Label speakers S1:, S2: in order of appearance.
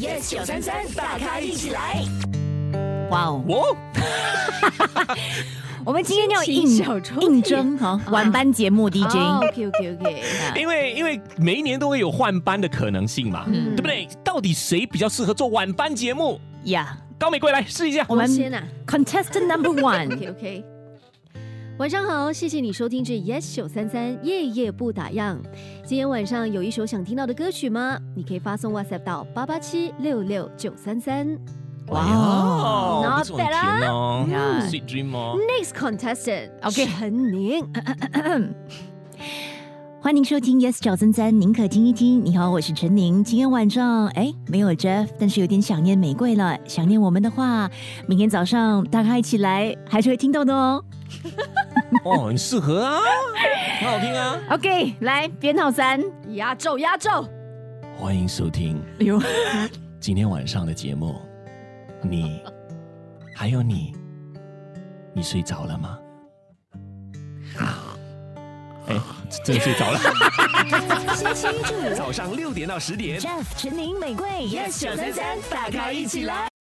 S1: yes 九三三，大咖一起来。
S2: 哇哦！
S3: 我
S2: 我们今天要
S1: 心
S2: 应
S1: 情小抽屉啊哦
S2: 应征哈晚班节目
S1: ，E
S2: DJ，
S1: OK OK OK，
S3: 因为因为每一年都会有换班的可能性嘛，
S2: 嗯
S3: 对不对？到底谁比较适合做晚班节目？
S2: 呀，
S3: 高玫瑰来试一下。
S2: 我们
S1: 先啊
S2: contestant number one，
S1: ，OK OK。晚上好，谢谢你收听至 Yes 九三三夜夜不打烊。今天晚上有一首想听到的歌曲吗？你可以发送 WhatsApp 到八八七六六九三三。
S2: 哇
S3: 哦，
S1: Not
S3: 不是很甜哦
S2: bad 啊
S3: ，Sweet Dream 哦。
S1: Next contestant
S2: OK
S1: 陈宁，
S2: 欢迎收听 Yes 赵三三，您可听一听。你好，我是陈宁。今天晚上哎没有 Jeff，但是有点想念玫瑰了。想念我们的话，明天早上大家一起来，还是会听到的哦。
S3: 哦，很适合啊，很好听啊。
S2: OK，来编号三，
S1: 压轴压轴，
S3: 欢迎收听
S2: 哎呦，
S3: 今天晚上的节目，你还有你，你睡着了 吗？哎，真的睡着了。
S1: 星期一至五
S3: 早上六点到十点
S2: Jeff、陈宁、玫瑰，Yes 九三三，大咖一起来。